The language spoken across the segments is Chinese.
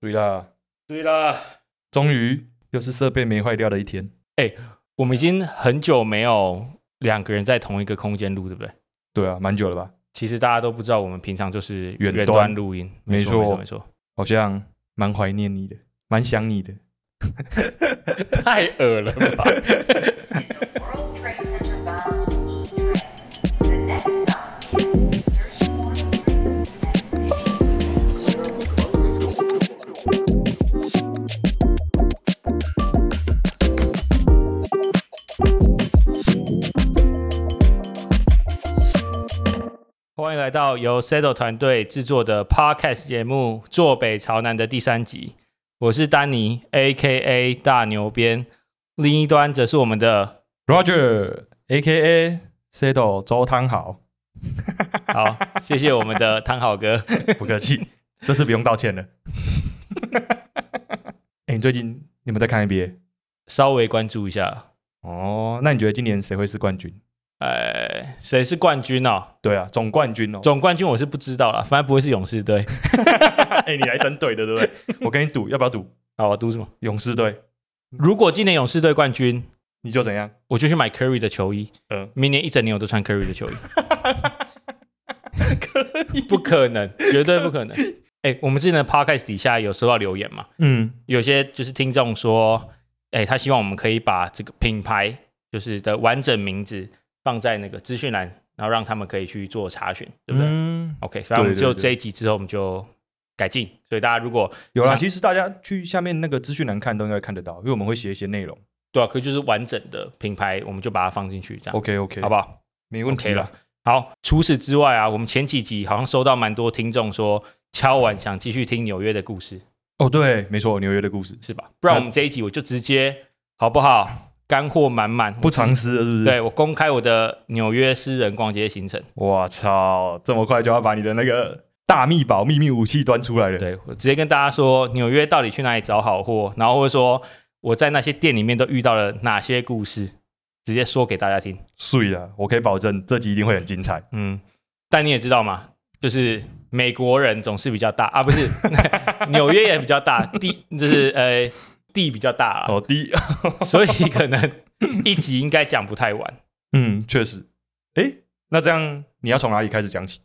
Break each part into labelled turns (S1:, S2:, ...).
S1: 对啦，
S2: 对啦，
S1: 终于又是设备没坏掉的一天。
S2: 我们已经很久没有两个人在同一个空间录，对不对？
S1: 对啊，蛮久了吧？
S2: 其实大家都不知道，我们平常就是
S1: 远端
S2: 端录音，
S1: 没
S2: 没没
S1: 错
S2: 错，没错。
S1: 好像蛮怀念你的，蛮想你的。
S2: 太恶了吧！
S3: World Trade Center bound E train. The next stop is 34
S2: 欢迎来到由 Settle 团队制作的 Podcast 节目《坐北朝南》的第三集。我是丹尼，A.K.A 大牛鞭。另一端则是我们的
S1: Roger A.K.A. Settle 周汤豪，
S2: 好，谢谢我们的汤好哥。
S1: 不客气，这次不用道歉了。 哎、你最近你们在看 NBA
S2: 稍微关注一下，
S1: 哦？那你觉得今年谁会是冠军？
S2: 哎，谁是冠军哦？
S1: 对啊，总冠军 哦。
S2: 总冠军我是不知道了，反正不会是勇士队。
S1: 哎、你来真对的，对不对？我跟你赌，要不要赌
S2: 好，我读什么？
S1: 勇士队？
S2: 如果今年勇士队冠军，
S1: 你就怎样？
S2: 我就去买 Curry 的球衣。
S1: 嗯
S2: 明年一整年我都穿 Curry 的球衣。不可能，绝对不可能。哎、我们之前的 podcast 底下有收到留言嘛？
S1: 嗯，
S2: 有些就是听众说，哎、他希望我们可以把这个品牌就是的完整名字放在那个资讯栏，然后让他们可以去做查询，对不对、
S1: 嗯，
S2: o k 所以我们
S1: 对对
S2: 就
S1: 对
S2: 这一集之后我们就改进。所以大家如果
S1: 有啦。
S2: 像
S1: 其实大家去下面那个资讯栏看都应该看得到，因为我们会写一些内容。
S2: 对啊，可以就是完整的品牌，我们就把它放进去，这样
S1: OK OK，
S2: 啊好不，好？
S1: 没问题啊
S2: OK
S1: 了
S2: 了。好，除此之外啊，我们前几集好像收到蛮多听众说敲完想继续听纽约的故事，
S1: 哦，对，没错，纽约的故事
S2: 是吧？不然我们这一集我就直接好不好？干货满满，
S1: 不藏私了，是不是？
S2: 对我公开我的纽约私人逛街行程，
S1: 我操，这么快就要把你的那个大秘宝、秘密武器端出来了？
S2: 对我直接跟大家说纽约到底去哪里找好货，然后或者说我在那些店里面都遇到了哪些故事，直接说给大家听。
S1: 碎了，我可以保证这集一定会很精彩。
S2: 嗯，但你也知道嘛，就是美国人总是比较大啊，不是纽约也比较大，地就是呃地比较大啦，
S1: 哦，第一，
S2: 所以可能一集应该讲不太完。
S1: 嗯，确实。哎，那这样你要从哪里开始讲起？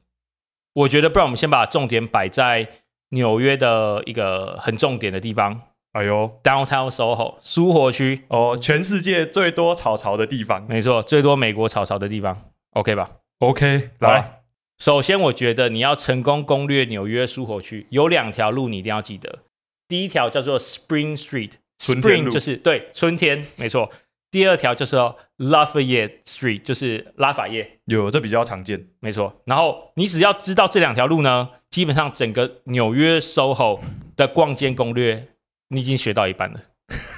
S2: 我觉得，不然我们先把重点摆在纽约的一个很重点的地方
S1: 哎呦，
S2: ，Downtown SoHo 苏活区，
S1: 哦，全世界最多草草的地方。
S2: 没错，最多美国潮潮的地方，OK 吧？
S1: OK，
S2: 好
S1: 来，
S2: 了首先，我觉得你要成功攻略纽约苏活区，有两条路你一定要记得。第一条叫做 Spring Street，
S1: 春天路
S2: Spring 就是对春天，没错。第二条就是 Lafayette Street，就是拉法叶，
S1: 有这比较常见。
S2: 没错。然后你只要知道这两条路呢，基本上整个纽约 SOHO 的逛街攻略，你已经学到一半了。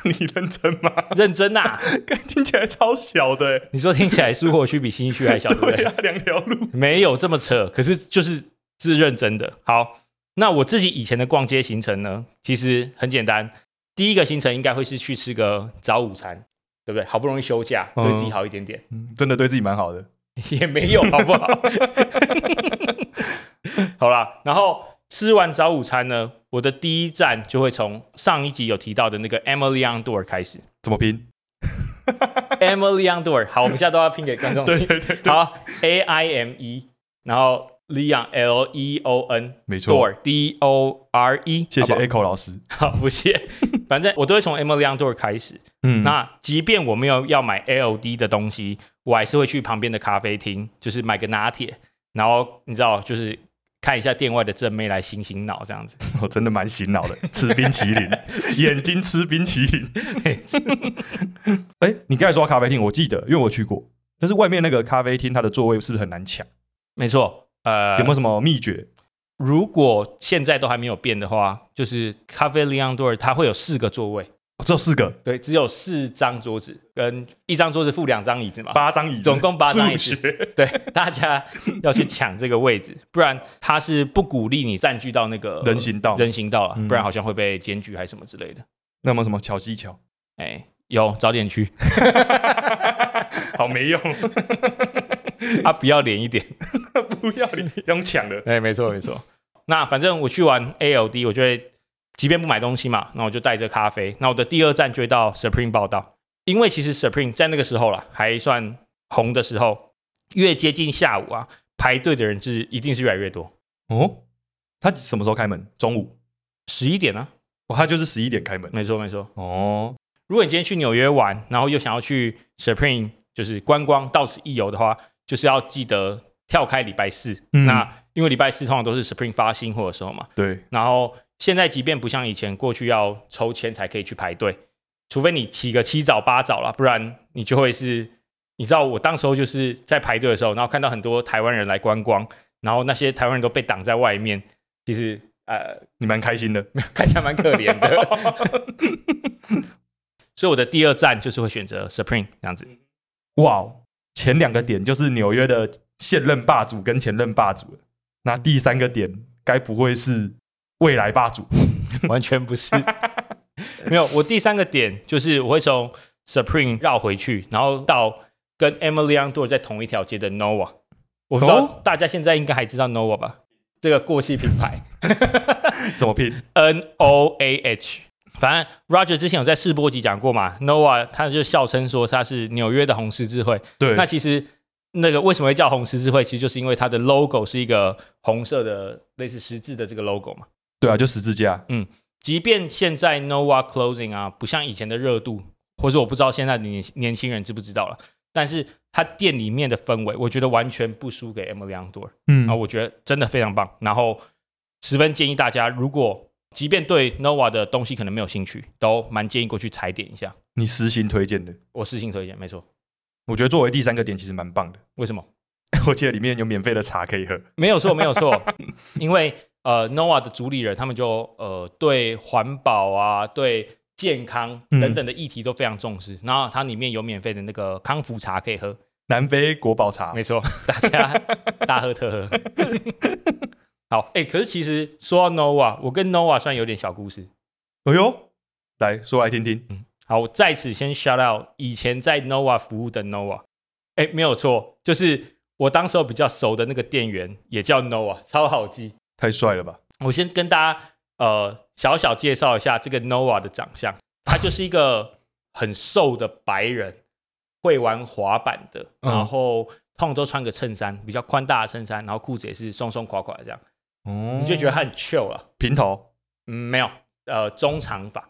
S1: 你认真吗？
S2: 认真呐、
S1: 看听起来超小的欸。
S2: 你说听起来苏活区比新一区还小，对不对？
S1: 啊，两条路。
S2: 没有这么扯，可是就是是认真的。好，那我自己以前的逛街行程呢，其实很简单，第一个行程应该会是去吃个早午餐，对不对？好不容易休假，
S1: 嗯
S2: 对自己好一点 点，
S1: 嗯真的对自己蛮好的。
S2: 也没有好不好？ 好啦，然后吃完早午餐呢，我的第一站就会从上一集有提到的那个 Emily on Door 开始。
S1: 怎么拼？
S2: Emily on Door，好，我们现在都要拼给观众听。
S1: 对对，
S2: 好，A I M E，然后 Leon L E O N，
S1: 没错。
S2: Door D O R E，
S1: 谢谢
S2: 好不
S1: Echo 老师。
S2: 好不谢， 反正我都会从 Emily on Door 开始。
S1: 嗯
S2: 那即便我没有要买 L D 的东西，我还是会去旁边的咖啡厅，就是买个拿铁，然后你知道，就是看一下店外的正妹来醒醒脑这样子。
S1: 我真的蛮洗脑的，吃冰淇淋， 眼睛吃冰淇淋。 哎、你刚才说到咖啡厅，我记得，因为我去过。但是外面那个咖啡厅，它的座位是不是很难抢？
S2: 没错，呃，
S1: 有没有什么秘诀？
S2: 如果现在都还没有变的话，就是咖啡 Leon Door 它会有四个座位，
S1: 哦只有四个，
S2: 对，只有四张桌子，跟一张桌子附两张椅子嘛，
S1: 八张椅子，
S2: 总共八张椅子
S1: 数学
S2: 对，大家要去抢这个位置， 不然他是不鼓励你占据到那个
S1: 人行道
S2: 人行道啊
S1: 嗯，
S2: 不然好像会被检举还是什么之类的。
S1: 那有没有什么巧技巧？
S2: 哎、有早点去
S1: 好没用，
S2: 啊，不要脸一点。
S1: 不要你用抢的。
S2: 哎、没错没错。那反正我去完 ALD，我就会即便不买东西嘛，那我就带着咖啡。那我的第二站就会到 Supreme 报道，因为其实 Supreme 在那个时候啦，还算红的时候，越接近下午啊，排队的人是一定是越来越多。
S1: 哦，他什么时候开门？中午，
S2: 十一点啊，
S1: 哦，他就是十一点开门。
S2: 没错没错。
S1: 哦，
S2: 如果你今天去纽约玩，然后又想要去 Supreme 就是观光到此一游的话，就是要记得跳开礼拜四。
S1: 嗯
S2: 那因为礼拜四通常都是 Supreme 发新货的时候嘛，
S1: 对，
S2: 然后现在即便不像以前过去要抽签才可以去排队，除非你起个七早八早啦，不然你就会是，你知道我当时候就是在排队的时候，然后看到很多台湾人来观光，然后那些台湾人都被挡在外面，其实呃
S1: 你蛮开心的。
S2: 看起来蛮可怜的。 所以我的第二站就是会选择 Supreme 这样子，
S1: 哇哦，前两个点就是纽约的现任霸主跟前任霸主了，那第三个点该不会是未来霸主？
S2: 完全不是。 没有，我第三个点就是我会从 Supreme 绕回去，然后到跟 Emily a n d o r 在同一条街的 Nova。我不知道、
S1: 哦
S2: 大家现在应该还知道 Nova 吧？这个过气品牌
S1: 怎么 拼？
S2: N O A H。反正 Roger 之前有在试播集讲过嘛，Nova 他就笑称说他是纽约的红十字会。
S1: 对，
S2: 那其实那个为什么会叫红十字会，其实就是因为它的 logo 是一个红色的类似十字的这个 logo 嘛。
S1: 对啊，就十字架。
S2: 即便现在 Nova Closing 啊，不像以前的热度，或者我不知道现在的年年轻人知不知道了，但是它店里面的氛围，我觉得完全不输给 M l y a n d o r
S1: 嗯
S2: 啊，我觉得真的非常棒。然后十分建议大家，如果即便对 Nova 的东西可能没有兴趣，都蛮建议过去踩点一下。
S1: 你私心推荐的，
S2: 我私信推荐，没错。
S1: 我觉得作为第三个点其实蛮棒的。
S2: 为什么？
S1: 我记得里面有免费的茶可以喝。
S2: 没有错，没有错， 因为呃，Nova 的主理人他们就呃对环保啊、对健康等等的议题都非常重视，然后它里面有免费的那个康复茶可以喝，
S1: 南非国宝茶，
S2: 没错，大家大喝特喝。好，哎、可是其实说到 Nova，我跟 Nova 算有点小故事。
S1: 哎呦，来说来听听。
S2: 好，我在此先 shout out 以前在 Nova 服务的 Nova，哎、没有错，就是我当时候比较熟的那个店员也叫 Nova，超好记。
S1: 太帅了吧！
S2: 我先跟大家呃小小介绍一下这个 Nova 的长相，他就是一个很瘦的白人，会玩滑板的，
S1: 嗯
S2: 然后通常都穿个衬衫，比较宽大的衬衫，然后裤子也是松松垮垮的这样，
S1: 哦
S2: 你就觉得他很 chill 了。
S1: 平头
S2: 嗯，没有，呃，中长发，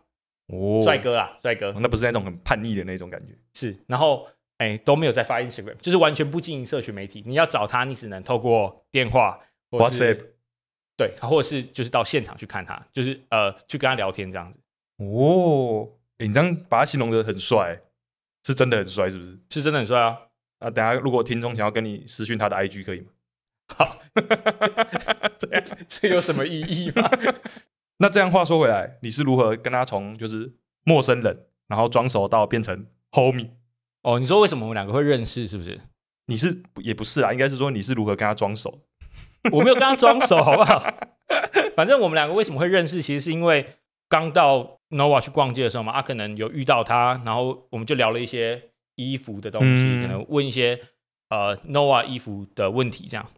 S1: 哦
S2: 帅、哥啦，帅哥
S1: 哦那不是那种很叛逆的那种感觉。
S2: 是，然后。哎，都没有在发 Instagram，就是完全不经营社群媒体。你要找他，你只能透过电话或是
S1: WhatsApp
S2: 对，或者是就是到现场去看他，就是呃去跟他聊天这样子。
S1: 哦，诶你这样把它形容的很帅，是真的很帅，是不是？
S2: 是真的很帅啊！
S1: 啊，等下如果听众想要跟你私讯他的 IG 可以吗？
S2: 这样这有什么意义吗？
S1: 那这样话说回来，你是如何跟他从就是陌生人，然后装熟到变成 homie？
S2: 哦，你说为什么我们两个会认识？是不是？
S1: 你是也不是啊，应该是说你是如何跟他装熟？
S2: 我没有跟他装 熟，好不好？反正我们两个为什么会认识，其实是因为刚到 Nova 去逛街的时候嘛，啊，可能有遇到他，然后我们就聊了一些衣服的东西，
S1: 嗯
S2: 可能问一些呃 Nova 衣服的问题这样，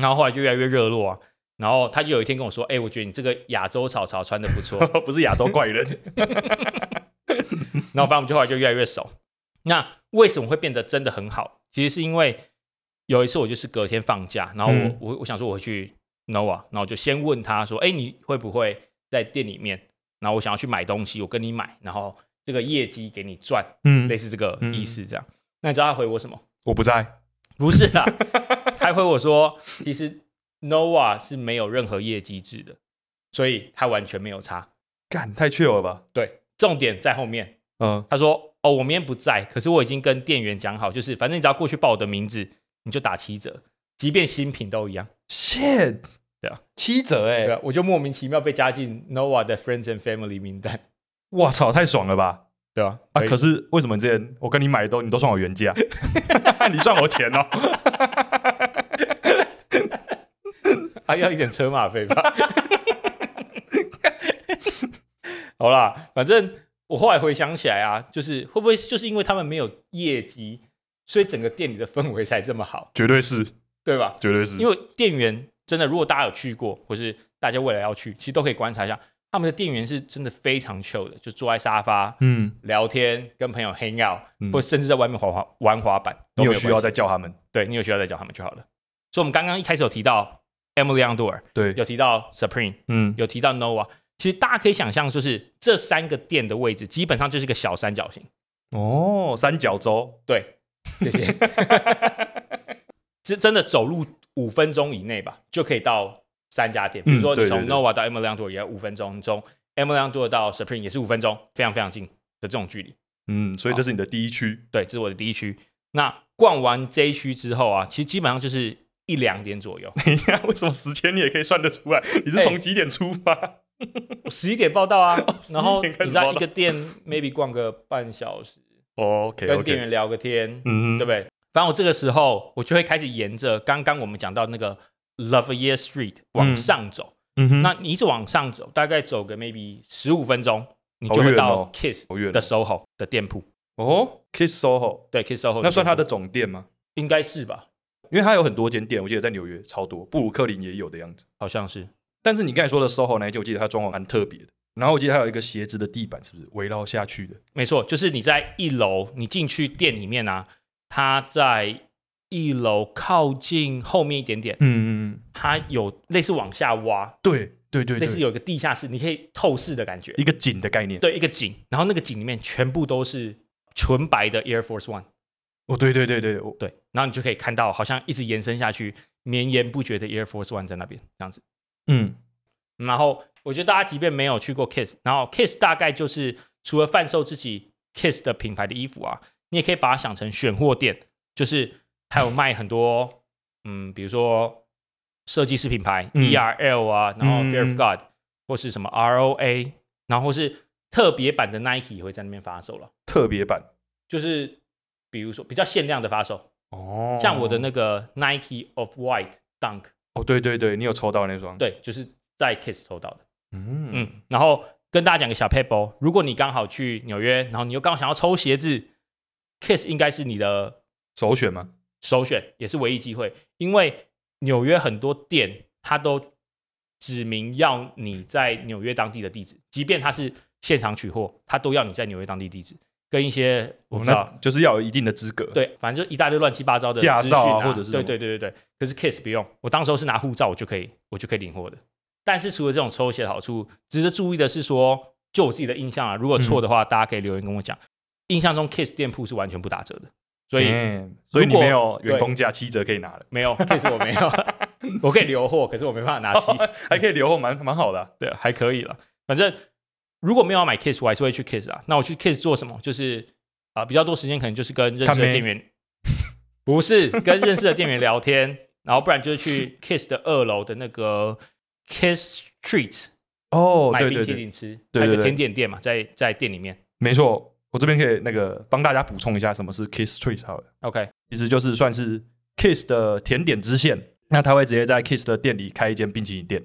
S2: 然后后来就越来越热络啊。然后他就有一天跟我说：“哎、我觉得你这个亚洲草草穿的不错。”
S1: 不是亚洲怪 人，
S2: 然后反正我们就后来就越来越熟。那为什么会变得真的很好？其实是因为有一次我就是隔天放假，然后我、
S1: 嗯
S2: 我我想说我会去 Nova，然后我就先问他说：“哎，你会不会在店里面？然后我想要去买东西，我跟你买，然后这个业绩给你赚，
S1: 嗯
S2: 类，似这个意思这样。那你知道他回我什么？
S1: 我不在，
S2: 不是啦， 他回我说：“其实 Nova 是没有任何业绩制的，所以他完全没有差。
S1: 干太 chill 了吧？
S2: 对，重点在后面。”
S1: 嗯，
S2: 他说：“哦，我明天不在，可是我已经跟店员讲好，就是反正你只要过去报我的名字，你就打七折，即便新品都一样。
S1: shit，
S2: 对啊，
S1: 七折哎、
S2: 对、啊，我就莫名其妙被加进 Nova 的 Friends and Family 名单，
S1: 哇操，太爽了吧！
S2: 对 吧、
S1: 啊，
S2: 可以
S1: 可是为什么之前我跟你买的都你都算我原价， 你算我钱哦？
S2: 啊，要一点车马费吧。 好啦，反正我后来回想起来啊，就是会不会就是因为他们没有业绩，所以整个店里的氛围才这么好，
S1: 绝对是，
S2: 对吧？
S1: 绝对是，
S2: 因为店员真的，如果大家有去过，或是大家未来要去，其实都可以观察一下他们的店员是真的非常 chill 的，就坐在沙发
S1: 嗯，
S2: 聊天，跟朋友 hang out，、
S1: 嗯
S2: 或甚至在外面滑滑玩滑板。都
S1: 你有
S2: 没
S1: 需要
S2: 关系
S1: 再叫他们。
S2: 对你有需要再教他们就好了。所以我们刚刚一开始有提到 Emily on Door，
S1: 对，
S2: 有提到 Supreme，
S1: 嗯，
S2: 有提到 Nova。其实大家可以想象，就是这三个店的位置基本上就是一个小三角形。
S1: 哦，三角洲，
S2: 对，谢 谢。真真的走路五分钟以内吧，就可以到三家店。比如说
S1: 嗯
S2: 你
S1: 对
S2: 从
S1: 对对
S2: Nova 到 Emily on Door 也要五分钟，你从 Emily on Door 到 Supreme 也是五分钟，非常非常近的这种距离。
S1: 嗯，所以这是你的第一区，
S2: 对，这是我的第一区。那逛完这一区之后啊，其实基本上就是一两点 左右，
S1: 等一下，为什么时间你也可以算得出来？你是
S2: 哎
S1: 从几点出发？
S2: 十一点报到啊，然
S1: 11
S2: 后
S1: 点开哦
S2: 你
S1: 始
S2: 知
S1: 报
S2: 道一
S1: 到
S2: 个店 maybe 逛个半小时，
S1: 哦 OK
S2: 跟店
S1: OK，
S2: 员聊个天，
S1: 嗯
S2: 对不对？反正我这个时候我就会开始沿着刚刚我们讲到那个 Love Year Street 往上走。
S1: 嗯哼，
S2: 那你一直往上走，大概走个 maybe 十五分钟，你就
S1: 好
S2: 会
S1: 远
S2: 到
S1: 哦
S2: Kiss
S1: 好远哦
S2: 的 SOHO 的店铺。
S1: 哦，Kiss Soho，
S2: 对，Kiss SOHO
S1: 那算它
S2: 的
S1: 的总店吗？
S2: 店铺应该是吧？
S1: 因为它有很多间店，我记得在纽约超多，布鲁克林也有的样子。
S2: 好像是。
S1: 但是你刚才说的 SOHO 那一间，我记得它装潢蛮特别的。然后我记得还有一个鞋子的地板，是不是围绕下去的？
S2: 没错，就是你在一楼，你进去店里面啊，它在一楼靠近后面一点点，
S1: 嗯嗯嗯，
S2: 它有类似往下挖，
S1: 对对对
S2: 类似
S1: 对，
S2: 有一个地下室，你可以透视的感觉，
S1: 一个景的概念。
S2: 对，一个井，然后那个井里面全部都是纯白的 Air Force One，
S1: 哦，对对对对，我
S2: 对，然后你就可以看到好像一直延伸下去，绵延不绝的 Air Force One 在那边这样子。
S1: 嗯
S2: 然后我觉得大家即便没有去过 Kiss，然后 Kiss 大概就是除了贩售自己 Kiss 的品牌的衣服啊，你也可以把它想成选货店，就是还有卖很多嗯，比如说设计师品牌、
S1: 嗯
S2: ERL 啊，然后
S1: 嗯
S2: Fear of God、或是什么 ROA，然后或是特别版的 Nike 也会在那边发售了，
S1: 特别版
S2: 就是比如说比较限量的发售，
S1: 哦
S2: 像我的那个 Nike of White Dunk，
S1: 哦，对对对，你有抽到那双，，
S2: 对，就是在 Kiss 抽到的。
S1: 嗯嗯，
S2: 嗯，然后跟大家讲个小 paper，如果你刚好去纽约，然后你又刚好想要抽鞋子，Kiss 应该是你的
S1: 首选吗？
S2: 首选，也是唯一机会，因为纽约很多店它都指明要你在纽约当地的地址，即便它是现场取货，它都要你在纽约当地地址，跟一些我不知道
S1: 哦那。就是要有一定的资格。，
S2: 对，反正就一大堆乱七八糟的
S1: 驾
S2: 资讯
S1: 照啊
S2: 啊，
S1: 或者是什
S2: 对
S1: 么
S2: 对对对对。可是 Kiss 不用，我当时候是拿护照，我就可以，我就可以领货的。但是除了这种抽血的好处，值得注意的是说，就我自己的印象啊，如果错的话，
S1: 嗯
S2: 大家可以留言跟我讲。印象中 Kiss 店铺是完全不打折的，所以、
S1: 所以你
S2: 如果
S1: 没有员工价七折可以拿了，
S2: 没有 Kiss 我 没有，我可以留货，可是我没办法拿起。
S1: 还可以留后，蛮蛮好的啊。
S2: 对，还可以了。反正如果没有要买 Kiss，我还是会去 Kiss 啊。那我去 Kiss 做什么？就是啊、比较多时间可能就是跟认
S1: 看
S2: 识的
S1: 妹
S2: 店员，不是跟认识的店员聊天，然后不然就是去 Kiss 的二楼的那个 Kiss Street
S1: 哦，
S2: 买
S1: 对
S2: 冰
S1: 对
S2: 淇
S1: 对，
S2: 淋吃，
S1: 对
S2: 还有
S1: 对对
S2: 个甜点店嘛，在在店里面。
S1: 没错。我这边可以那个帮大家补充一下什么是 Kiss Street 好了，
S2: OK，
S1: 其实就是算是 Kiss 的甜点支线，那他会直接在 Kiss 的店里开一间冰淇淋店，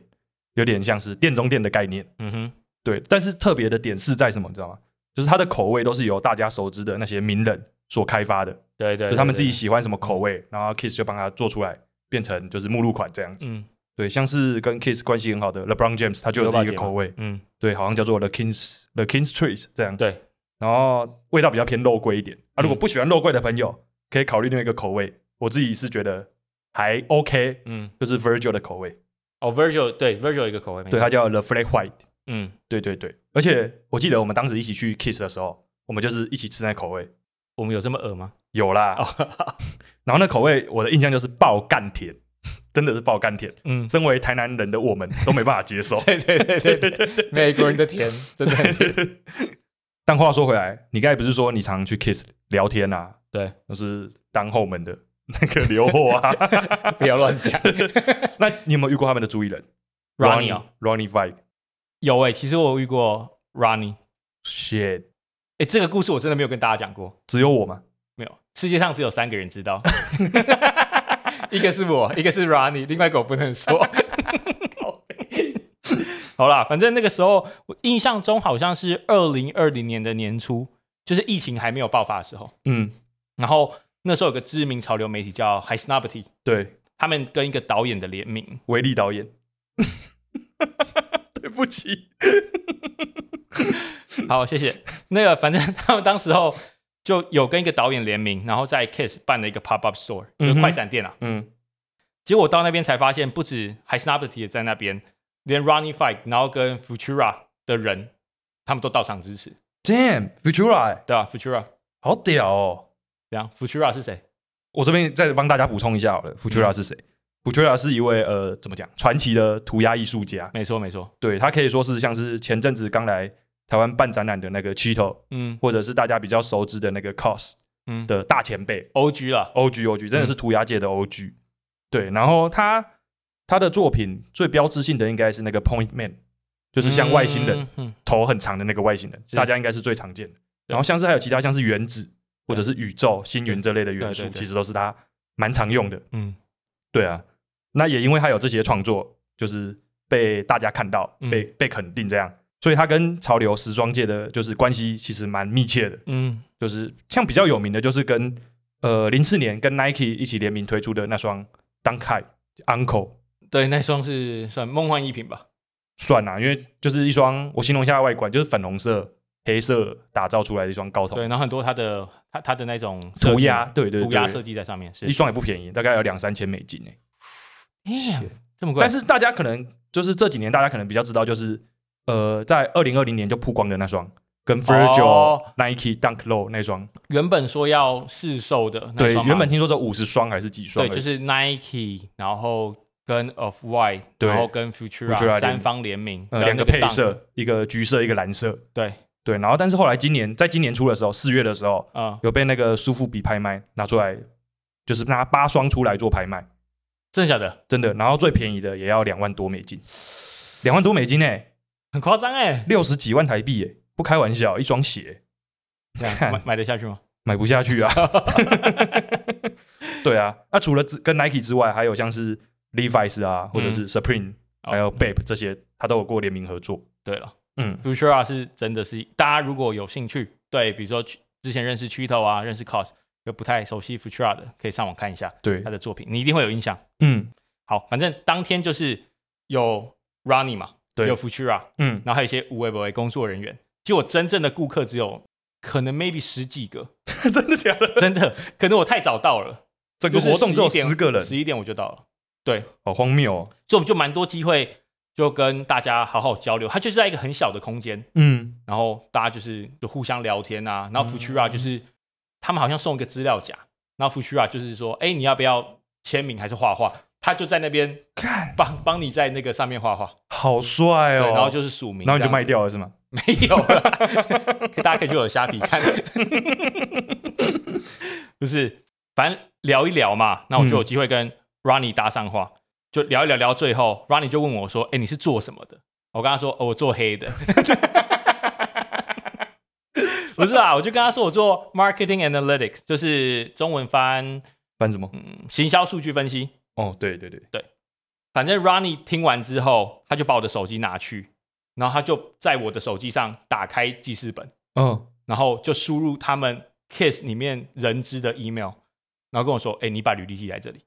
S1: 有点像是店中店的概念。
S2: 嗯哼，
S1: 对，但是特别的点是在什么，你知道吗？就是它的口味都是由大家熟知的那些名人所开发的，
S2: 对对
S1: 就
S2: 对，
S1: 他们自己
S2: 对，
S1: 喜欢什么口味，然后 Kiss 就帮他做出来，变成就是目录款这样子。
S2: 嗯
S1: 对，像是跟 Kiss 关系很好的 LeBron James，他就有自己一个口味，
S2: 嗯，
S1: 对，好像叫做 The Kings The Kings Trees 这样。
S2: 对，嗯
S1: 然后味道比较偏肉桂一点啊。如果不喜欢肉桂的朋友，可以考虑另外一个口味。我自己是觉得还 OK，
S2: 嗯，
S1: 就是 Virgil 的口味，
S2: 哦，Virgil，对，Virgil 有一个口味，没
S1: 对，
S2: 错，
S1: 它叫 The Flag White。
S2: 嗯，
S1: 对对对，而且我记得我们当时一起去 Kiss 的时候，我们就是一起吃那口味，
S2: 我们有这么恶吗？
S1: 有啦。
S2: 哦，
S1: 然后那口味我的印象就是爆干甜， 真的是爆干甜。
S2: 嗯，
S1: 身为台南人的我们都没办法接受。
S2: 对对 对对对， 美国人的甜真的 很甜。
S1: 但话说回来，你刚才不是说你常去 Kiss 聊天啊？
S2: 对，
S1: 就是当后门的那个留货 啊。
S2: 不要乱讲。
S1: 那你有没有遇过他们的主理人
S2: Ronnie 哦
S1: Ronnie 啊 Vibe？
S2: 有哎、其实我有遇过 Ronnie，
S1: Shit，
S2: 哎、这个故事我真的没有跟大家讲过，
S1: 只有我吗？
S2: 没有，世界上只有三个人知道，一个是我，一个是 Ronnie，另外一个我不能说。好啦，反正那个时候我印象中好像是二零二零年的年初，就是疫情还没有爆发的时候，
S1: 嗯，
S2: 然后那时候有个知名潮流媒体叫 High Snobity，
S1: 对，
S2: 他们跟一个导演的联名，
S1: 维力导演。对不不起。
S2: 好，谢谢。那个，反正他们当时候就有跟一个导演联名，然后在 Kiss 办了一个 Pop Up Store，就是
S1: 嗯哼
S2: 快闪店啊。
S1: 嗯，
S2: 结果我到那边才发现，不止 h y s n a b t 也在那边，连 Ronnie Five，然后跟 Futura 的人，他们都到场支持，
S1: Damn，Futura，欸
S2: 对吧、f 啊 u t u r a
S1: 好屌哦！
S2: 怎样？Futura 啊是谁？
S1: 我这边再帮大家补充一下好了，Futura 是谁？Futura 是一位呃，怎么讲，传奇的涂鸦艺术家。
S2: 没错，没错。
S1: 对他可以说是像是前阵子刚来台湾办展览的那个 Chito，
S2: 嗯
S1: 或者是大家比较熟知的那个 Cos
S2: 嗯
S1: 的大前辈
S2: ，OG 了。
S1: OG OG，真的是涂鸦界的 OG。对，然后他他的作品最标志性的应该是那个 Point Man，就是像外星人、
S2: 嗯，嗯
S1: 头很长的那个外星人，
S2: 是
S1: 大家应该是最常见的。然后像是还有其他像是原子或者是宇宙、星云这类的元
S2: 对
S1: 素，
S2: 对对
S1: 其实都是他蛮常用的。
S2: 嗯
S1: 对啊，那也因为他有这些创作，就是被大家看到，
S2: 嗯
S1: 被被肯定这样，所以他跟潮流时装界的就是关系其实蛮密切的。
S2: 嗯
S1: 就是像比较有名的，就是跟呃零四年跟 Nike 一起联名推出的那双 Dunk Uncle
S2: 嗯，对，那双是算梦幻一品吧。
S1: 算啊啦、因为就是一双我形容一下外观，就是粉红色、黑色打造出来的一双高筒
S2: 对，然后很多它的它它的那种设计
S1: 涂鸦，，对对
S2: 涂鸦设
S1: 对，
S2: 计在上面是
S1: 一双也不便宜，大概有两三千美金诶、
S2: Damn，这么贵，
S1: 但是大家可能就是这几年大家可能比较知道，就是呃，在二零二零年就曝光的那双跟 Virgil、
S2: 哦
S1: Nike Dunk Low 那双，
S2: 原本说要试售的那
S1: 对，
S2: 双嘛
S1: 原本听说这五十双还是几双而
S2: 对
S1: 已，
S2: 就是是 Nike，然后跟 Of White，
S1: 对
S2: 然后跟 Futura
S1: Futura
S2: 三方联名，
S1: 呃
S2: 然后
S1: 两
S2: 那
S1: 个配
S2: Dunk，
S1: 色，一个橘色，一个蓝色，
S2: 对，
S1: 对。然后但是后来今年在今年初的时候，四月的时候
S2: 嗯，
S1: 有被那个苏富比拍卖拿出来，就是拿八双出来做拍卖，
S2: 真的假的？
S1: 真的。然后最便宜的也要两万多美金，两万多美金诶、
S2: 很夸 张哎，
S1: 六十几万台币诶、欸不开玩笑，一双鞋
S2: 这样
S1: 看
S2: 买买得下去吗？
S1: 买不下去啊。 对啊，那除了之跟 Nike 之外，还有像是 Levi's 啊，或者是 Supreme，、
S2: 哦
S1: 还有 Bape 这些，他都有过联名合作。
S2: 对了
S1: 嗯，
S2: ，Futura 是真的是，大家如果有兴趣，对，比如说去之前认识 Chito 啊，认识 Cos，有不太熟悉 Futura 的，可以上网看一下
S1: 对
S2: 他，的作品，你一定会有印象。
S1: 嗯
S2: 好，反正当天就是有 Ronnie 嘛，
S1: 对
S2: 有 Futura，
S1: 嗯，
S2: 然后还有一些无为不为工作人员。结果真正的顾客只有可能 maybe 十几个，
S1: 真的假的？
S2: 真的，可能我太早到了，
S1: 整个活 动只有十个人，
S2: 十一点我就到了，
S1: 好荒谬哦。
S2: 所以我们就蛮多机会就跟大家好好交流。它就是在一个很小的空间，
S1: 嗯，
S2: 然后大家就是就互相聊天啊，然后 Futura 就是、他们好像送一个资料夹，然后 Futura 就是说，哎，你要不要签名还是画画？他就在那边
S1: 看
S2: 帮帮你在那个上面画画，
S1: 好帅
S2: 对，
S1: 哦。
S2: 然后就是署名，
S1: 然后你
S2: 这
S1: 就
S2: 样子
S1: 卖掉了是吗？
S2: 没有了， 大家可以去我的虾皮看。 不是，反正聊一聊嘛，那我就有机会跟 Ronnie 搭上话，就聊一聊，聊到最后，Ronnie 就问我说：“哎、你是做什么的？”我跟他说：“哦，我做黑的。” 不是啊，我就跟他说我做 marketing analytics，就是中文翻
S1: 办什么？
S2: 嗯行销数据分析。
S1: 哦，对对对，
S2: 反正 Ronnie 听完之后，他就把我的手机拿去，然后他就在我的手机上打开记事本。
S1: 嗯，
S2: 然后就输入他们 Kiss 里面人资的 email，然后跟我说：“哎、你把履历寄来这里。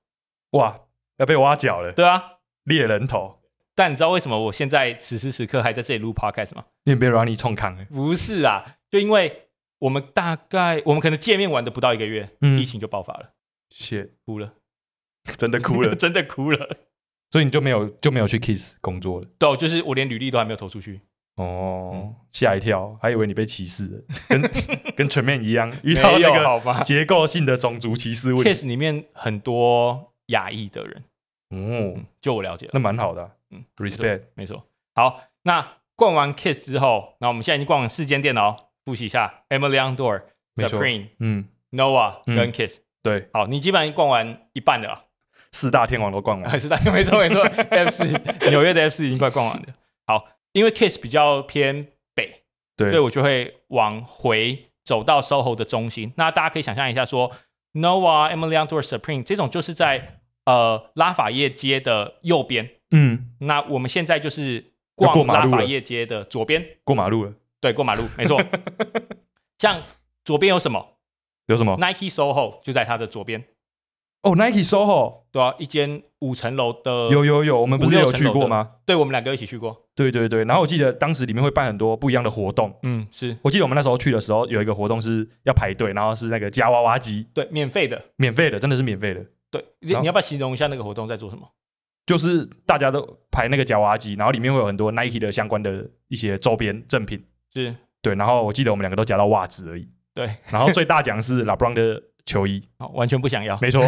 S1: 哇，要被挖角”了，
S2: 对啊，
S1: 猎人头，
S2: 但你知道为什么我现在此时此刻还在这里录 podcast 吗？
S1: 你别让你冲康了。
S2: 不是啊，就因为我们大概我们可能见面玩的不到一个月，
S1: 嗯
S2: 疫情就爆发了，
S1: 谢，
S2: 哭 了，
S1: 真的哭了，
S2: 真的哭了。
S1: 所以你就没有就没有去 Kiss 工作了。
S2: 对，我就是我连履历都还没有投出去，
S1: 哦
S2: 嗯，
S1: 吓一跳，还以为你被歧视了，跟 跟全面一样遇
S2: 没
S1: 到
S2: 有
S1: 那
S2: 好
S1: 个
S2: 吧
S1: 结构性的种族歧视问题。
S2: ？Kiss 里面很多亚裔的人，
S1: 哦，
S2: 就我了解了。
S1: 那蛮好的啊，
S2: 嗯
S1: ，respect。
S2: 没错。好，那逛完 Kiss 之后，那我们现在已经逛完四间店了哦，复习一下 Emily on Door、
S1: 没错
S2: Supreme、
S1: 嗯，
S2: Nova
S1: 嗯
S2: 跟 Kiss。
S1: 对，
S2: 好，你基本上已经逛完一半了啊，
S1: 四大天王都逛 完。
S2: 还是大没错没错，F 四纽约的 F 四已经快逛完了。好，因为 Kiss 比较偏北，
S1: 对
S2: 所以，我就会往回走到 SOHO 的中心。那大家可以想象一下说 Nova、Emily on Door、Supreme 这种就是在呃拉法叶街的右边。
S1: 嗯，
S2: 那我们现在就是
S1: 要过
S2: 逛
S1: 马
S2: 拉
S1: 路了
S2: 法叶街的左边，
S1: 过马路了，
S2: 对，过马路，没错。像左边有什么
S1: 有什么？
S2: ？Nike SOHO 就在它的左边，
S1: 哦，Nike SOHO
S2: 对啊，一间五层楼的，
S1: 有有有，我们不是
S2: 呃五六
S1: 有去
S2: 层楼
S1: 过
S2: 的
S1: 吗？
S2: 对我们两个一起去过，
S1: 对对对，然后我记得当时里面会办很多不一样的活动。
S2: 嗯，是
S1: 我记得我们那时候去的时候，有一个活动是要排队，然后是那个夹娃娃机，
S2: 对，免费的，
S1: 免费的，真的是免费的，
S2: 对，你
S1: 好
S2: 你要不要形容一下那个活动在做什么？
S1: 就是大家都排那个夹娃娃机，然后里面会有很多 Nike 的相关的一些周边赠品。
S2: 是
S1: 对，然后我记得我们两个都夹到袜子而已。
S2: 对，
S1: 然后最大奖是 LeBron 的球衣，
S2: 哦完全不想要，
S1: 没错，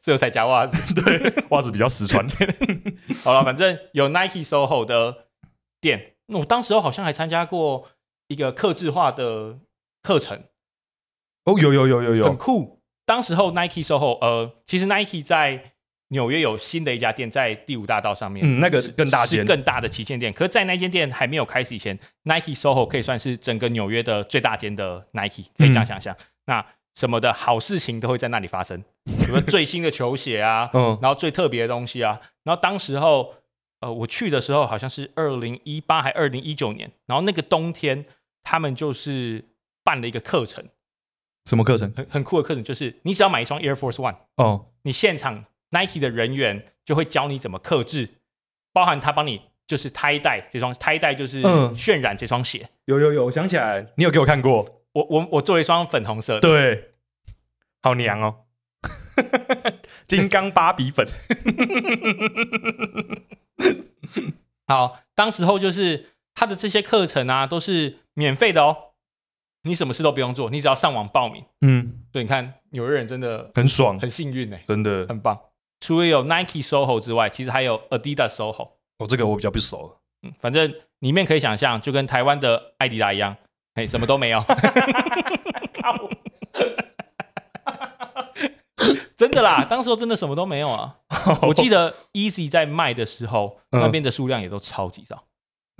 S2: 只有才夹袜子。
S1: 袜子比较 实穿。
S2: 好了，反正有 Nike SOHO 的店，那我当时候好像还参加过一个客制化的课程，
S1: 哦，有有有有
S2: 很
S1: 有，
S2: 酷。当时候 Nike SOHO，呃，其实 Nike 在纽约有新的一家店在第五大道上面，
S1: 嗯，那个更大
S2: 是
S1: 间，
S2: 更大的旗舰店。可是，在那间店还没有开始以前，Nike SOHO 可以算是整个纽约的最大间的 Nike，可以这样想象。
S1: 嗯
S2: 那什么的好事情都会在那里 发生，什么最新的球鞋啊，
S1: 嗯
S2: 然后最特别的东西啊。然后当时候，呃，我去的时候好像是二零一八还二零一九年，然后那个冬天他们就是办了一个课程，
S1: 什么课程？
S2: 很很酷的课程，就是你只要买一双 Air Force One。
S1: 哦，
S2: 你现场 Nike 的人员就会教你怎么克制，包含他帮你就是胎带这双胎带就是
S1: 嗯
S2: 渲染这双鞋。
S1: 有有有，我想起来，你有给我看过？
S2: 我我我做了一双粉红色的，
S1: 对，好娘哦， 金刚芭比粉，
S2: 好，当时候就是他的这些课程啊都是免费的哦，你什么事都不用做，你只要上网报名。
S1: 嗯，
S2: 对，你看纽约人真的
S1: 很爽，
S2: 很幸运呢、欸
S1: 真的。
S2: 很棒。除了有 Nike SOHO 之外，其实还有 Adidas SOHO。
S1: 哦，这个我比较不熟。
S2: 嗯，反正里面可以想象，就跟台湾的艾迪达一样，哎、什么都没有。 靠！真的啦，当时候真的什么都没有啊。
S1: 哦
S2: 我记得 Easy 在卖的时候，
S1: 嗯
S2: 那边的数量也都超级少，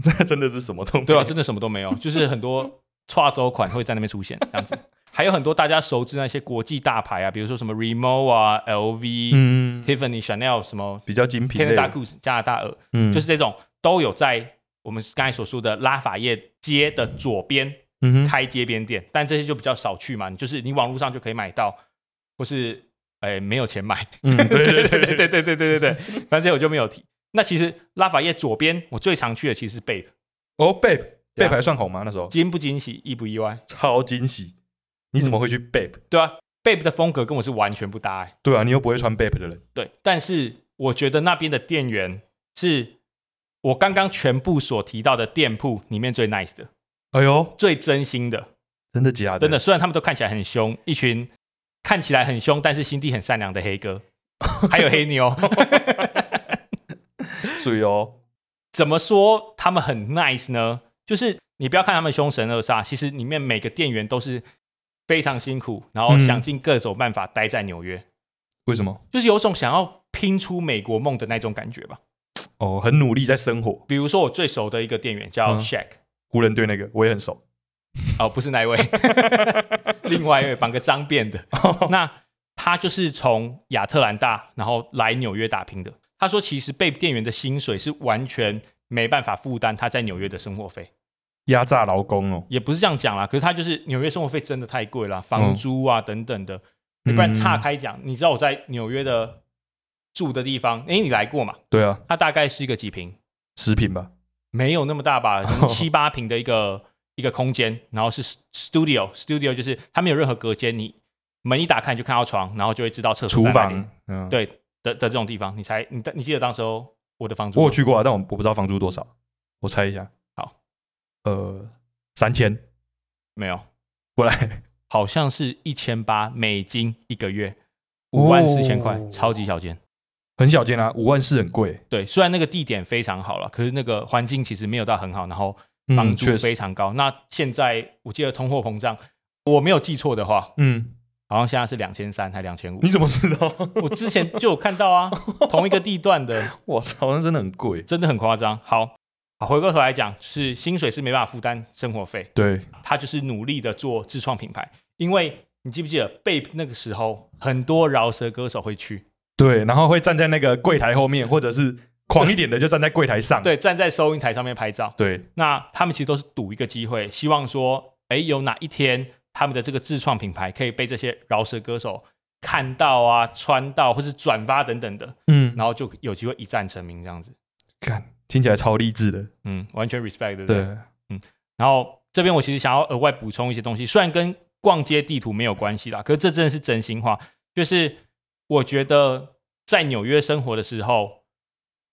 S1: 得真的是什么都没有
S2: 对啊，真的什么都没有，就是很多跨州款会在那边出现这 样子，还有很多大家熟知那些国际大牌啊，比如说什么 Remo 啊、LV、
S1: 嗯，
S2: Tiffany、Chanel 什么
S1: 比较精品类的，
S2: Canada Goose 加拿大鹅，
S1: 嗯
S2: 就是这种都有在我们刚才所说的拉法叶街的左边
S1: 嗯哼
S2: 开街边店，但这些就比较少去嘛，你就是你网络上就可以买到，或是哎、没有钱买，
S1: 嗯，对对
S2: 对
S1: 对对对，
S2: 对对对对对对对，反正这我就没有提。那其实拉法叶左边我最常去的其实是 Babe，
S1: 哦，Babe。
S2: 对
S1: Babe
S2: 啊
S1: 还算红吗？那时候嗯
S2: 惊不惊喜，意不意外？
S1: 超惊喜！你怎么会去 Babe？
S2: 对啊，Babe 的风格跟我是完全不搭、哎，
S1: 对啊，你又不会穿 Babe 的人，
S2: 对，但是我觉得那边的店员是我刚刚全部所提到的店铺里面最 nice 的，
S1: 哎呦，
S2: 最真心的。
S1: 真的假的？
S2: 真的，虽然他们都看起来很凶，一群看起来很凶，但是心地很善良的黑哥，还有黑妞。
S1: 水哦，
S2: 怎么说他们很 nice 呢？就是你不要看他们凶神恶煞，其实里面每个店员都是非常辛苦，然后
S1: 嗯
S2: 想尽各种办法待在纽约，
S1: 为什么？
S2: 就是有种想要拼出美国梦的那种感觉吧。
S1: 哦，很努力在生活。
S2: 比如说我最熟的一个店员叫
S1: 嗯
S2: Shaq，、
S1: 湖人队那个我也很熟。
S2: 哦，不是那一位，另外一位绑个脏辫的。那他就是从亚特兰大，然后来纽约打拼的。他说，其实被店员的薪水是完全没办法负担他在纽约的生活费，
S1: 压榨劳工哦，
S2: 也不是这样讲啦。可是他就是纽约生活费真的太贵啦，房
S1: 嗯
S2: 租啊等等的。你不然岔开讲，你知道我在纽约的住的地方，诶，你来过嘛？
S1: 对啊，
S2: 它大概是一个几平？
S1: 食品吧，
S2: 没有那么大 吧，可能七八平的一个一个空间，然后是 studio，studio 就是它没有任何隔间，你门一打开你就看到床，然后就会知道厕
S1: 厨
S2: 所在哪里
S1: 房，嗯，
S2: 对的的这种地方，你才你你记得当时候我的房租
S1: 我
S2: 吗
S1: 有去过啊，但我我不知道房租多少，我猜一下，
S2: 好，
S1: 呃，三千
S2: 没有？
S1: 过来，
S2: 好像是一千八美金一个月，五万四千块，
S1: 哦
S2: 超级小间。
S1: 很小间啊，五万四很贵，
S2: 对，虽然那个地点非常好了，可是那个环境其实没有到很好，然后
S1: 嗯
S2: 房租
S1: 确实
S2: 非常高。那现在我记得通货膨胀，我没有记错的话，
S1: 嗯，
S2: 好像现在是两千三还两千五
S1: 你。怎么知道？
S2: 我之前就有看到啊，同一个地段的，
S1: 我操，那真的很贵，
S2: 真的很夸张。好，好回过头来讲，是薪水是没办法负担生活费，
S1: 对，
S2: 他就是努力的做自创品牌，因为你记不记得贝那个时候很多饶舌歌手会去，
S1: 对，然后会站在那个柜台后面，或者是狂一点的就站在柜台上，
S2: 对，站在收银台上面拍照。
S1: 对，
S2: 那他们其实都是赌一个机会，希望说，哎，有哪一天他们的这个自创品牌可以被这些饶舌歌手看到啊、穿到或是转发等等的，
S1: 嗯，
S2: 然后就有机会一战成名这样子。
S1: 看听起来超励志的，
S2: 嗯，完全 respect，对不对？
S1: 对，
S2: 然后这边我其实想要额外补充一些东西，虽然跟逛街地图没有关系啦，可是这真的是真心话。就是我觉得在纽约生活的时候，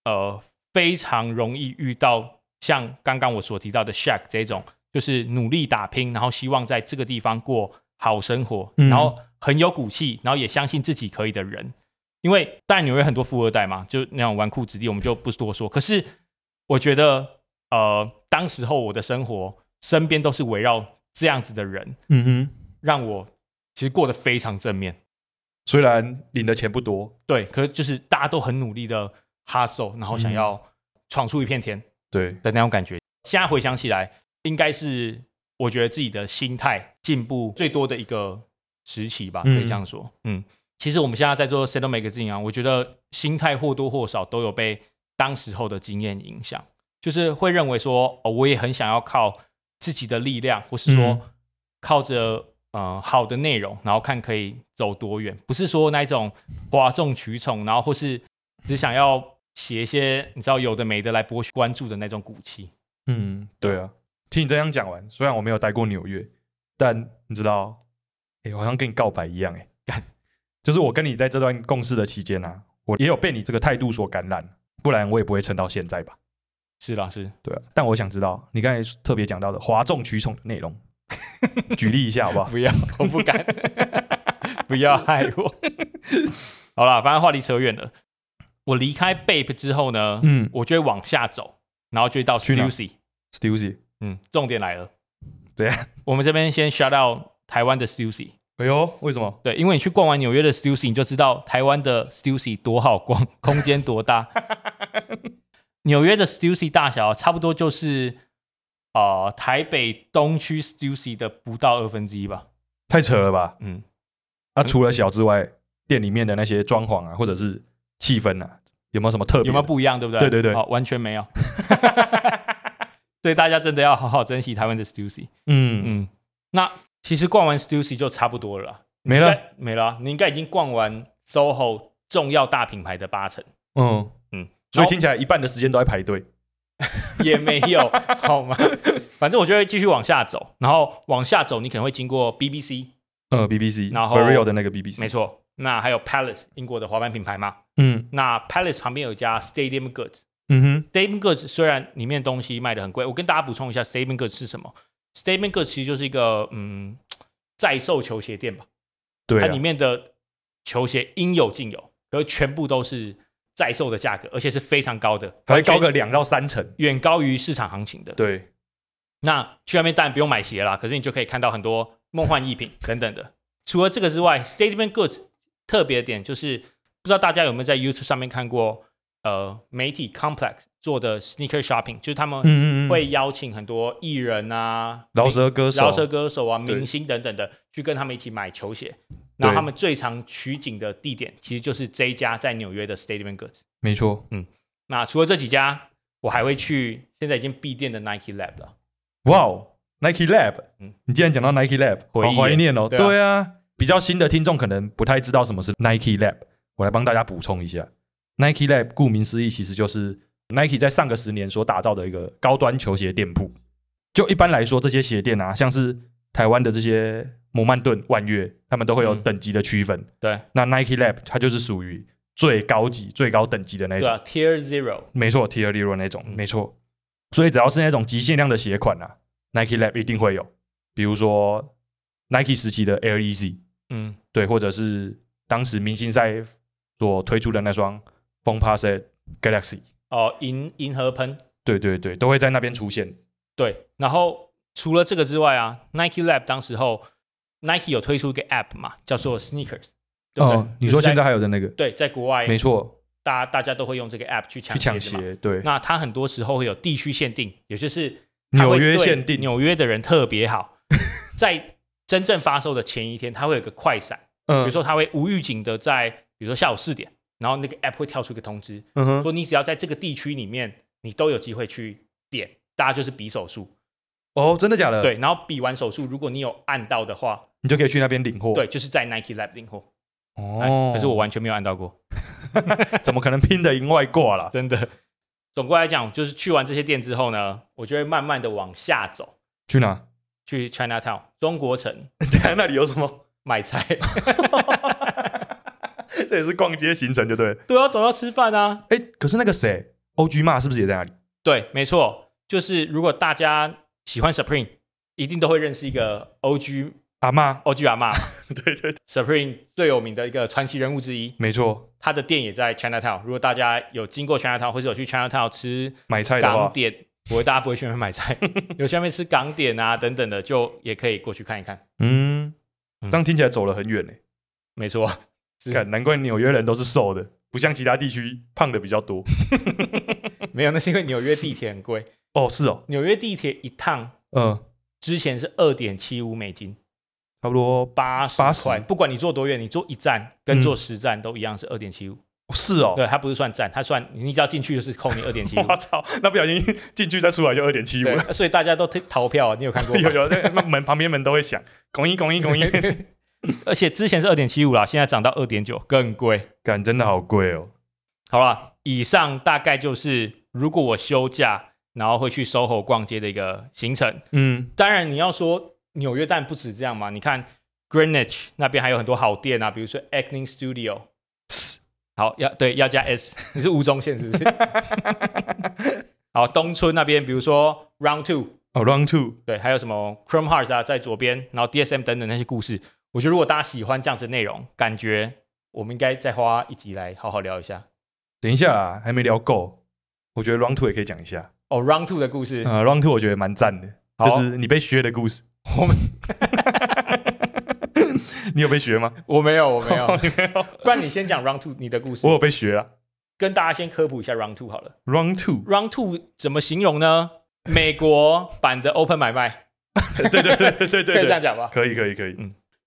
S2: 呃，非常容易遇到像刚刚我所提到的 Shaq 这种，就是努力打拼，然后希望在这个地方过好生活，
S1: 嗯
S2: 然后很有骨气，然后也相信自己可以的人。因为当然纽约很多富二代嘛，就那种纨绔子弟，我们就不多说。可是我觉得，呃，当时候我的生活身边都是围绕这样子的人，
S1: 嗯哼。
S2: 让我其实过得非常正面。
S1: 虽然领的钱不多，
S2: 对，可是就是大家都很努力的 hustle，然后想
S1: 嗯
S2: 要闯出一片天
S1: 对，
S2: 的那种感觉。现在回想起来，应该是我觉得自己的心态进步最多的一个时期吧，可以这样说。嗯，其实我们现在在做 Settle Magazine 啊，我觉得心态或多或少都有被当时候的经验影响，就是会认为说，哦，我也很想要靠自己的力量，或是说
S1: 嗯
S2: 靠着。呃，好的内容，然后看可以走多远，不是说那一种哗众取宠，然后或是只想要写一些你知道有的没的来博取关注的那种骨气。
S1: 嗯，对啊。听你这样讲完，虽然我没有待过纽约，但你知道，哎、我好像跟你告白一样、诶哎， 就是我跟你在这段共事的期间啊，我也有被你这个态度所感染，不然我也不会撑到现在吧？
S2: 是啦，是
S1: 对啊。但我想知道，你刚才特别讲到的哗众取宠的内容， 举例一下好不好？
S2: 不要，我不敢，不要害我。 好啦，反正话题扯远了。我离开 Bape 之后呢，
S1: 嗯
S2: 我就会往下走，然后就会到
S1: 去哪
S2: Stussy。
S1: ，Stussy，
S2: 嗯，重点来了，
S1: 对啊。
S2: 我们这边先 shout out 台湾的 Stussy。
S1: 哎呦，为什么？
S2: 对，因为你去逛完纽约的 Stussy，你就知道台湾的 Stussy 多好逛， 空间 多大。纽约的 Stussy 大小啊差不多就是呃台北东区 Stussy 的不到二分之一吧。
S1: 太扯了吧？
S2: 嗯，
S1: 啊，除了小之外，店里面的那些装潢啊，或者是气氛啊，有没有什么特别？
S2: 有没有？不一样？对不对？
S1: 对对对
S2: 哦，完全没有。 所以大家真的要好好珍惜台湾的 Stussy。
S1: 嗯，
S2: 嗯，那其实逛完 Stussy 就差不多了啦，
S1: 没了
S2: 应。该没了啊。你应该已经逛完 SOHO 重要大品牌的八成。
S1: 嗯
S2: 嗯，
S1: 所以
S2: 然后
S1: 听起来一半的时间都在排队。
S2: 也没有， 好吗？反正我就会继续往下走，然后往下走，你可能会经过 BBC，
S1: 呃，BBC，
S2: 然后
S1: b u r i a l 的那个 BBC，
S2: 没，错。那还有 Palace，英国的滑板品牌嘛。
S1: 嗯
S2: 那 Palace 旁边有一家 Stadium Goods。
S1: 嗯
S2: Stadium Goods 虽然里面东西卖的很贵，我跟大家补充一下，Stadium Goods 是什么？Stadium Goods 其实就是一个嗯在售球鞋店吧，
S1: 哼，对、
S2: 它
S1: 啊，
S2: 里面的球鞋应有尽有，可是全部都是在售的价格，而且是非常高的，
S1: 还会
S2: 完全
S1: 高个两到三成，
S2: 远高于市场行情的。
S1: 对，
S2: 那去外面当然不用买鞋啦，可是你就可以看到很多梦幻逸品等等的。除了这个之外，Statement Goods 特别的点就是，不知道大家有没有在 YouTube 上面看过，呃，媒体 Complex 做的 Sneaker Shopping，就是他们
S1: 嗯
S2: 会邀请很多艺人啊、
S1: 饶舌歌手，
S2: 饶舌歌手啊、
S1: 对
S2: 明星等等的，去跟他们一起买球鞋。然后他们最常取景的地点，其实就是这一家在纽约的 Statement Goods。
S1: 没错，
S2: 那除了这几家，我还会去现在已经闭店的 Nike Lab 了。
S1: 哇哦，Nike Lab，、
S2: 嗯
S1: 你既然讲到 Nike Lab，
S2: 回忆
S1: 好怀念哦，
S2: 对
S1: 对
S2: 啊
S1: 啊比较新的听众可能不太知道什么是 Nike Lab，我来帮大家补充一下，Nike Lab 顾名思义其实就是 Nike 在上个十年所打造的一个高端球鞋店铺。就一般来说，这些鞋店啊，像是台湾的这些摩曼顿、万悦，他们都会有
S2: 嗯
S1: 等级的区分。
S2: 对
S1: 那 Nike Lab 它就是属于最高级、最高等级的那
S2: 对
S1: 种，
S2: 啊，Tier Zero。
S1: 没错，Tier Zero 那种，
S2: 嗯
S1: 没错。所以只要是那种极限量的鞋款啊，Nike Lab 一定会有，比如说 Nike 时期的 Air Easy，
S2: 嗯，
S1: 对，或者是当时明星赛所推出的那双 f o n p a s s Galaxy，
S2: 哦，银银河喷，
S1: 对对对，都会在那边出现。
S2: 对。然后除了这个之外啊，Nike Lab 当时候 Nike 有推出一个 App 嘛，叫做 Sneakers，对不对？
S1: 哦你说
S2: 就是
S1: 现在还有的那个，
S2: 对，在国外
S1: 没错，
S2: 大大家都会用这个 App 去抢
S1: 去抢
S2: 子嘛。
S1: 鞋，对，
S2: 那它很多时候会有地区限定，有些是它
S1: 纽
S2: 会
S1: 约
S2: 对
S1: 限定，
S2: 纽约的人特别 好，在真正发售的前一天，它会有个快闪，比
S1: 嗯
S2: 如，说它会无预警的在，比如说下午四点，然后那个 App 会跳出一个通知，
S1: 嗯哼，
S2: 说你只要在这个地区里面，你都有机会去点，大家就是比手速。
S1: 哦，真的假的？，
S2: 对，然后比完手速，如果你有按到的话，
S1: 你就可以去那边领货。
S2: 对，，就是在 Nike Lab 领货。哎
S1: 哦，
S2: 可是我完全没有按到过，
S1: 怎么可能拼得赢外挂 啦？
S2: 真的。总归来讲，就是去完这些店之后呢，我就会慢慢的往下走，
S1: 去哪？
S2: 去 China Town 中国城
S1: 在那里有什么？
S2: 买菜。
S1: 这也是逛街行程，就对了。
S2: 对啊，总要吃饭啊。
S1: 哎，可是那个谁，OG 骂是不是也在那里？
S2: 对，没错，就是如果大家喜欢 Supreme，一定都会认识一个 OG
S1: 阿妈，
S2: OG 阿 妈
S1: 对对对，
S2: ，Supreme 最有名的一个传奇人物之一。
S1: 没错，
S2: 他的店也在 Chinatown，如果大家有经过 Chinatown 或者有去 Chinatown 吃
S1: 买菜的
S2: 港
S1: 话，
S2: 点，不会大家不会去那边买 菜，有去那边吃港点啊等等的，就也可以过去看一看。
S1: 嗯，
S2: 嗯
S1: 这样听起来走了很远呢。
S2: 没错，
S1: 看，难怪纽约人都是瘦的，不像其他地区胖的比较多。
S2: 没有，那是因为纽约地铁很贵，
S1: 哦，是哦，
S2: 纽约地铁一趟
S1: 嗯，
S2: 之前是二点七五美金，
S1: 差不多
S2: 八十
S1: 80
S2: 块，不管你坐多远，你坐一站跟
S1: 嗯
S2: 坐十站都一样是二点七五。
S1: 是哦。
S2: 对，它不是算站，它算你只要进去就是扣你二点 七五。
S1: 我操，那不小心进去再出来就二点七五
S2: 对，所以大家都投逃票啊，你有看过吗？
S1: 有有，那那门旁边门都会响，拱一拱一 拱一，
S2: 而且之前是二点七五啦，现在涨到二点九，更贵。
S1: 感真的好贵哦。
S2: 好啦，以上大概就是如果我休假，然后会去 SOHO 逛街的一个行程。
S1: 嗯，
S2: 当然，你要说纽约，但不止这样嘛。你看 Greenwich 那边还有很多好店啊，比如说 Acne Studio。好，要对要加 S，你 是吴宗宪是不是？好，东村那边比如说 Round Two，
S1: 哦，Round Two，
S2: 对，还有什么 Chrome Hearts 啊，在左边，然后 DSM 等等那些故事。我觉得如果大家喜欢这样子的内容，感觉我们应该再花一集来好好聊一下
S1: 等一下啊，还没聊够，我觉得 Round Two 也可以讲一下。
S2: 哦，Round Two 的故 事。
S1: 呃，Round Two 我觉得蛮赞的，
S2: 好
S1: 就是你被削的故事。
S2: 我们
S1: 你有被削吗？
S2: 我没有，我没 有，
S1: 你没有，
S2: 不然你先讲 Round Two 你的故事
S1: 我，有被削啊。
S2: 跟大家先科普一下 Round Two 好了。
S1: Round Two，
S2: Round Two 怎么形容呢？美国版的 Open 买卖，
S1: 对对对对对
S2: 可
S1: 对
S2: 以这样
S1: 对，
S2: 讲吧？
S1: 可以可以可以，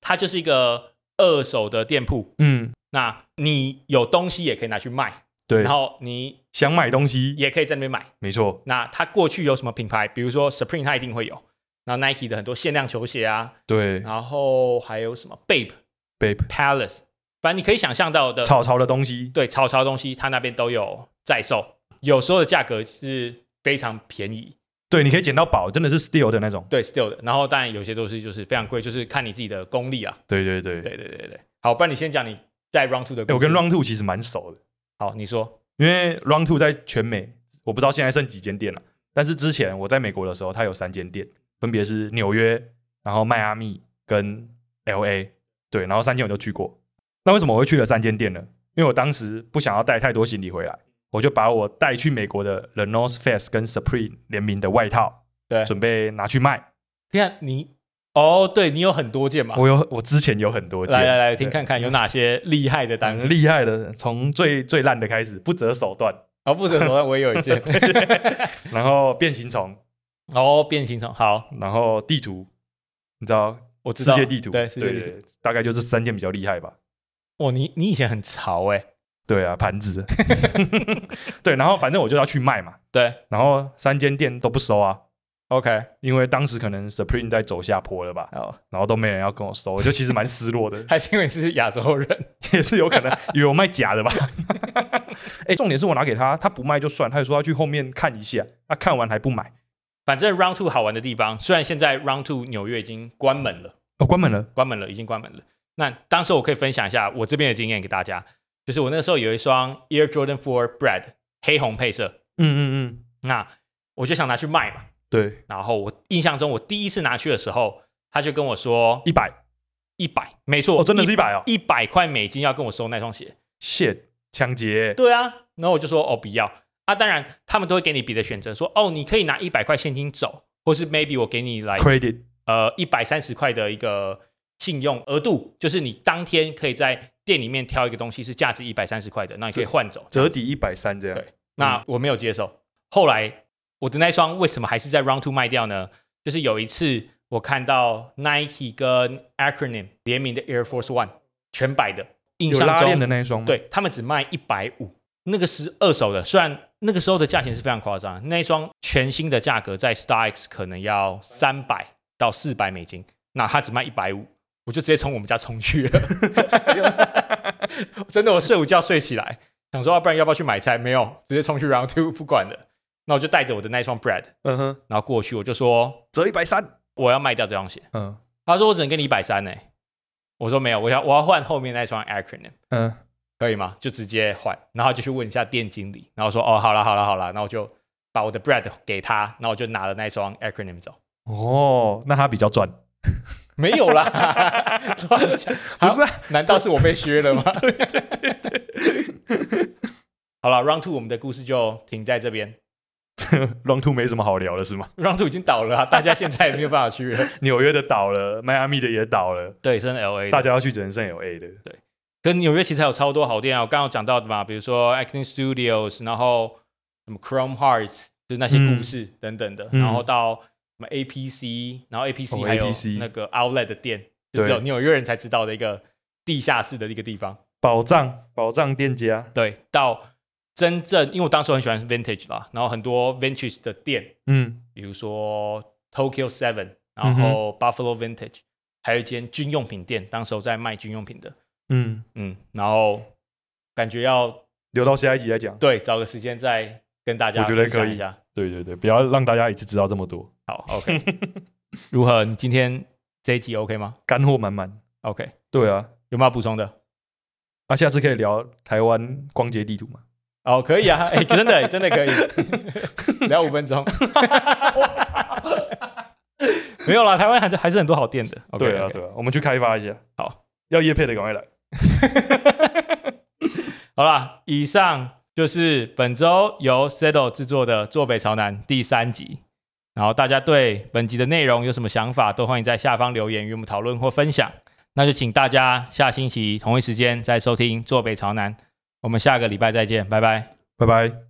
S2: 它就是一个二手的店铺，
S1: 嗯，
S2: 那你有东西也可以拿去卖，
S1: 对
S2: 然，后你
S1: 想买东西，
S2: 也可以在那边买。
S1: 没错，
S2: 那它过去有什么品牌？比如说 Supreme，它一定会有。然后 Nike 的很多限量球鞋啊，
S1: 对
S2: 然后还有什么 Babe、
S1: ，Babe，
S2: Palace，反正你可以想象到的，
S1: 草草的东西，
S2: 对潮潮的东西，它那边都有在售。有时候的价格是非常便宜，
S1: 对，你可以捡到宝，真的是 steal 的那种。
S2: 对 still 的。然后当然有些都是就是非常贵，就是看你自己的功力啊。
S1: 对对对，
S2: 对对对对对。好，不然你先讲你在 Round Two 的
S1: 哎，
S2: 故事。
S1: 我跟 Round Two 其实蛮熟的，
S2: 好，你说
S1: 因为 Round Two 在全美，我不知道现在剩几间店了，但是之前我在美国的时候，它有三间店，分别是纽约，然后迈阿密跟 L A，对，然后三间我都去过。那为什么我会去了三间店呢？因为我当时不想要带太多行李回来，我就把我带去美国的 The North Face 跟 Supreme 联名的外套，
S2: 对
S1: 准备拿去卖。
S2: 你看你哦，对你有很多件嘛。
S1: 我有，我之前有很多件，
S2: 来来来，听
S1: 对嗯
S2: 看看有哪些厉害的单
S1: 很
S2: 品。
S1: 厉害的，从最最烂的开始，不择手段，
S2: 哦，不折手段我也有 一件。
S1: 然后变形虫，
S2: 哦，变形虫，好，
S1: 然后地图，你知道
S2: 我知
S1: 世
S2: 道
S1: 界地图，
S2: 对世界地
S1: 对
S2: 图。
S1: 对大概就这三件比较厉害吧。
S2: 哇，你你以前很潮哎、
S1: 对啊，盘子， 对，然后反正我就要去卖嘛，
S2: 对
S1: 然后三间店都不收啊，
S2: ，OK，
S1: 因为当时可能 Supreme 在走下坡了吧，
S2: 好，，
S1: 然后都没人要跟我收，我就其实蛮失落的
S2: 还是因为你是亚洲人，
S1: 也是有可能以为我卖假的吧。哎、重点是我拿给他，他不卖就算，他就说要去后面看一下，他、看完还不买，
S2: 反正 Round Two 好玩的地方，虽然现在 Round Two 纽约已经关门了，
S1: 哦，关门了，
S2: 关门了，已经关门了。那当时我可以分享一下我这边的经验给大家，就是我那时候有一双 Air Jordan Four Bread 黑红配色，
S1: 嗯嗯嗯，
S2: 那我就想拿去卖嘛。
S1: 对，
S2: 然后我印象中我第一次拿去的时候，他就跟我说
S1: 一百，
S2: 一百，没错，
S1: 哦，真的是一百哦
S2: 一百块美金要跟我收那双鞋。
S1: ，shit，抢劫，
S2: 对啊，然后我就说哦不要啊，当然他们都会给你别的选择，说哦你可以拿一百块现金走，或是 maybe 我给你来
S1: credit，
S2: 呃一百三十块的一个信用额度，就是你当天可以在店里面挑一个东西是价值一百三十块的，那你可以换走。
S1: 折抵一百三这样
S2: 对，
S1: 嗯
S2: 那我没有接受。后来我的那双为什么还是在 Round Two 卖掉呢？就是有一次我看到 Nike 跟 Acronym 联名的 Air Force One 全白的，印
S1: 有
S2: 象
S1: 拉
S2: 中
S1: 链的那一双吗？，
S2: 对他们只卖一百五，那个是二手的，虽然那个时候的价钱是非常夸张，那一双全新的价格在 Star X 可能要三百到四百美金，那它只卖一百五，我就直接从我们家冲去了。真的，我睡午觉睡起来，想说要啊不然要不要去买菜？没有，直接冲去 Round Two 不管了。那我就带着我的那一双 Bread，
S1: 嗯哼，
S2: 然后过去，我就说
S1: 折一百三，
S2: 我要卖掉这双鞋。
S1: 嗯
S2: 他说我只能给你一百三呢，我说没有，我要我要换后面那双欸 Acronym。
S1: 嗯，
S2: 可以吗？就直接换，然后就去问一下店经理，然后说哦，好了好了好了，那我就把我的 bread 给他，然后我就拿了那双 acronym 走，
S1: 哦，那他比较赚，
S2: 没有啦，乱讲
S1: 不是啊
S2: 好 难道是我被削了吗？ 好了，round two 我们的故事就停在这边
S1: Round Two 没什么好聊了是吗？
S2: ，round two 已经倒了、啊，大家现在也没有办法去了，
S1: 纽约的倒了，迈阿密的也倒了，
S2: 对，剩 L A
S1: 大家要去只能剩 L A 的，
S2: 跟纽约其实还有超多好店啊，我刚刚有讲到的嘛，比如说 Acting Studios，然后什么 Chrome Hearts，就是那些故事等等的，
S1: 嗯
S2: 然后到什么 APC，然后 APC
S1: 哦
S2: 还有
S1: APC
S2: 那个 Outlet 的店，就只有
S1: 对
S2: 纽约人才知道的一个地下室的一个地方。
S1: 宝藏宝藏店家，
S2: 对，到真正，因为我当时很喜欢 Vintage 啦，然后很多 Vintage 的店，
S1: 嗯
S2: 比如说 Tokyo Seven，然
S1: 嗯哼
S2: 后 Buffalo Vintage，、还有一间军用品店，当时候在卖军用品的，
S1: 嗯，
S2: 嗯，然后感觉要
S1: 留到下一集再讲。
S2: 对，找个时间再跟大家
S1: 我觉得
S2: 分享
S1: 可以
S2: 一下。
S1: 对对对，不要让大家一次知道这么多，
S2: 好，OK，如何？你今天这一集 OK 吗
S1: 干货满满。
S2: ？OK，
S1: 对啊，
S2: 有没有补充的？
S1: 那、下次可以聊台湾光街地图吗？
S2: 哦，可以啊， 哎、真的真的可以 聊五分钟。 没有啦，台湾还是还是很多好店的。OK，
S1: 对啊，对啊，我们去开发一下。
S2: 好，
S1: 要叶配的赶快来。
S2: 好啦，以上就是本周由 Settle 制作的《坐北朝南》第三集。然后大家对本集的内容有什么想法，都欢迎在下方留言与我们讨论或分享。那就请大家下星期同一时间再收听《坐北朝南》，我们下个礼拜再见，拜拜。
S1: 拜拜。